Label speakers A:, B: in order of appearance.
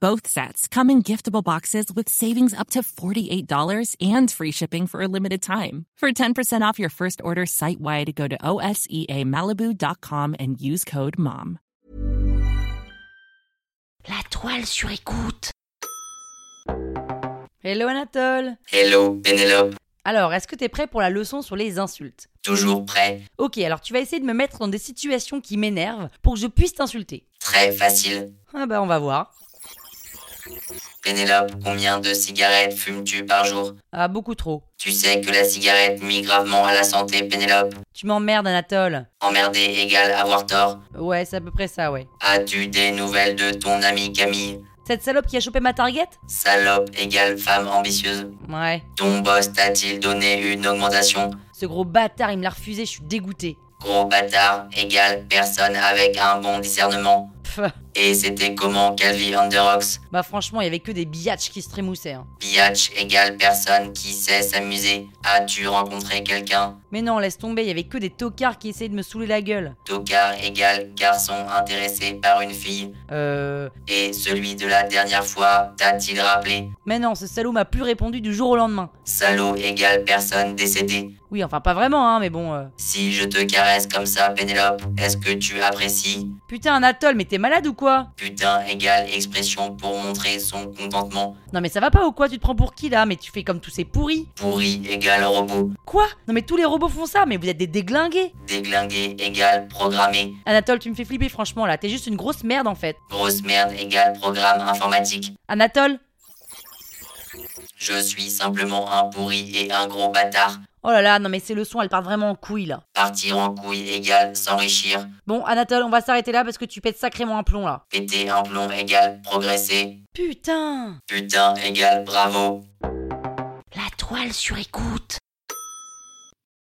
A: Both sets come in giftable boxes with savings up to $48 and free shipping for a limited time. For 10% off your first order site wide, go to E OSEAMalibu.com and use code MOM.
B: La toile sur écoute. Hello Anatole.
C: Hello, Pénélope.
B: Alors, est-ce que t'es prêt pour la leçon sur les insultes
C: Toujours prêt.
B: Ok, alors tu vas essayer de me mettre dans des situations qui m'énervent pour que je puisse t'insulter.
C: Très facile.
B: Ah bah on va voir.
C: Pénélope, combien de cigarettes fumes-tu par jour
B: Ah beaucoup trop.
C: Tu sais que la cigarette nuit gravement à la santé, Pénélope.
B: Tu m'emmerdes Anatole.
C: Emmerder égale avoir tort.
B: Ouais, c'est à peu près ça, ouais.
C: As-tu des nouvelles de ton amie Camille
B: Cette salope qui a chopé ma target
C: Salope égale femme ambitieuse.
B: Ouais.
C: Ton boss t'a-t-il donné une augmentation
B: Ce gros bâtard, il me l'a refusé, je suis dégoûté.
C: Gros bâtard égale personne avec un bon discernement. Et c'était comment Calvi Underox
B: Bah franchement, il y avait que des biatchs qui se trémoussaient. hein.
C: Biatch égale personne qui sait s'amuser. As-tu rencontré quelqu'un
B: Mais non, laisse tomber, il y avait que des tocards qui essayaient de me saouler la gueule.
C: Tocard égale garçon intéressé par une fille.
B: Euh...
C: Et celui de la dernière fois, t'a-t-il rappelé
B: Mais non, ce salaud m'a plus répondu du jour au lendemain.
C: Salaud égale personne décédée.
B: Oui, enfin pas vraiment, hein, mais bon... euh.
C: Si je te caresse comme ça, Pénélope, est-ce que tu apprécies
B: Putain, Anatole, mais t'es malade ou quoi
C: Putain égale expression pour montrer son contentement.
B: Non mais ça va pas ou quoi Tu te prends pour qui là Mais tu fais comme tous ces pourris
C: Pourri égale robot.
B: Quoi Non mais tous les robots font ça, mais vous êtes des déglingués
C: Déglingué égale programmé.
B: Anatole, tu me fais flipper franchement là, t'es juste une grosse merde en fait.
C: Grosse merde égale programme informatique.
B: Anatole
C: Je suis simplement un pourri et un gros bâtard.
B: Oh là là, non mais c'est le son, elle part vraiment en couille là.
C: Partir en couille égale s'enrichir.
B: Bon, Anatole, on va s'arrêter là parce que tu pètes sacrément un plomb là.
C: Péter un plomb égale progresser.
B: Putain
C: Putain égale bravo.
B: La toile sur écoute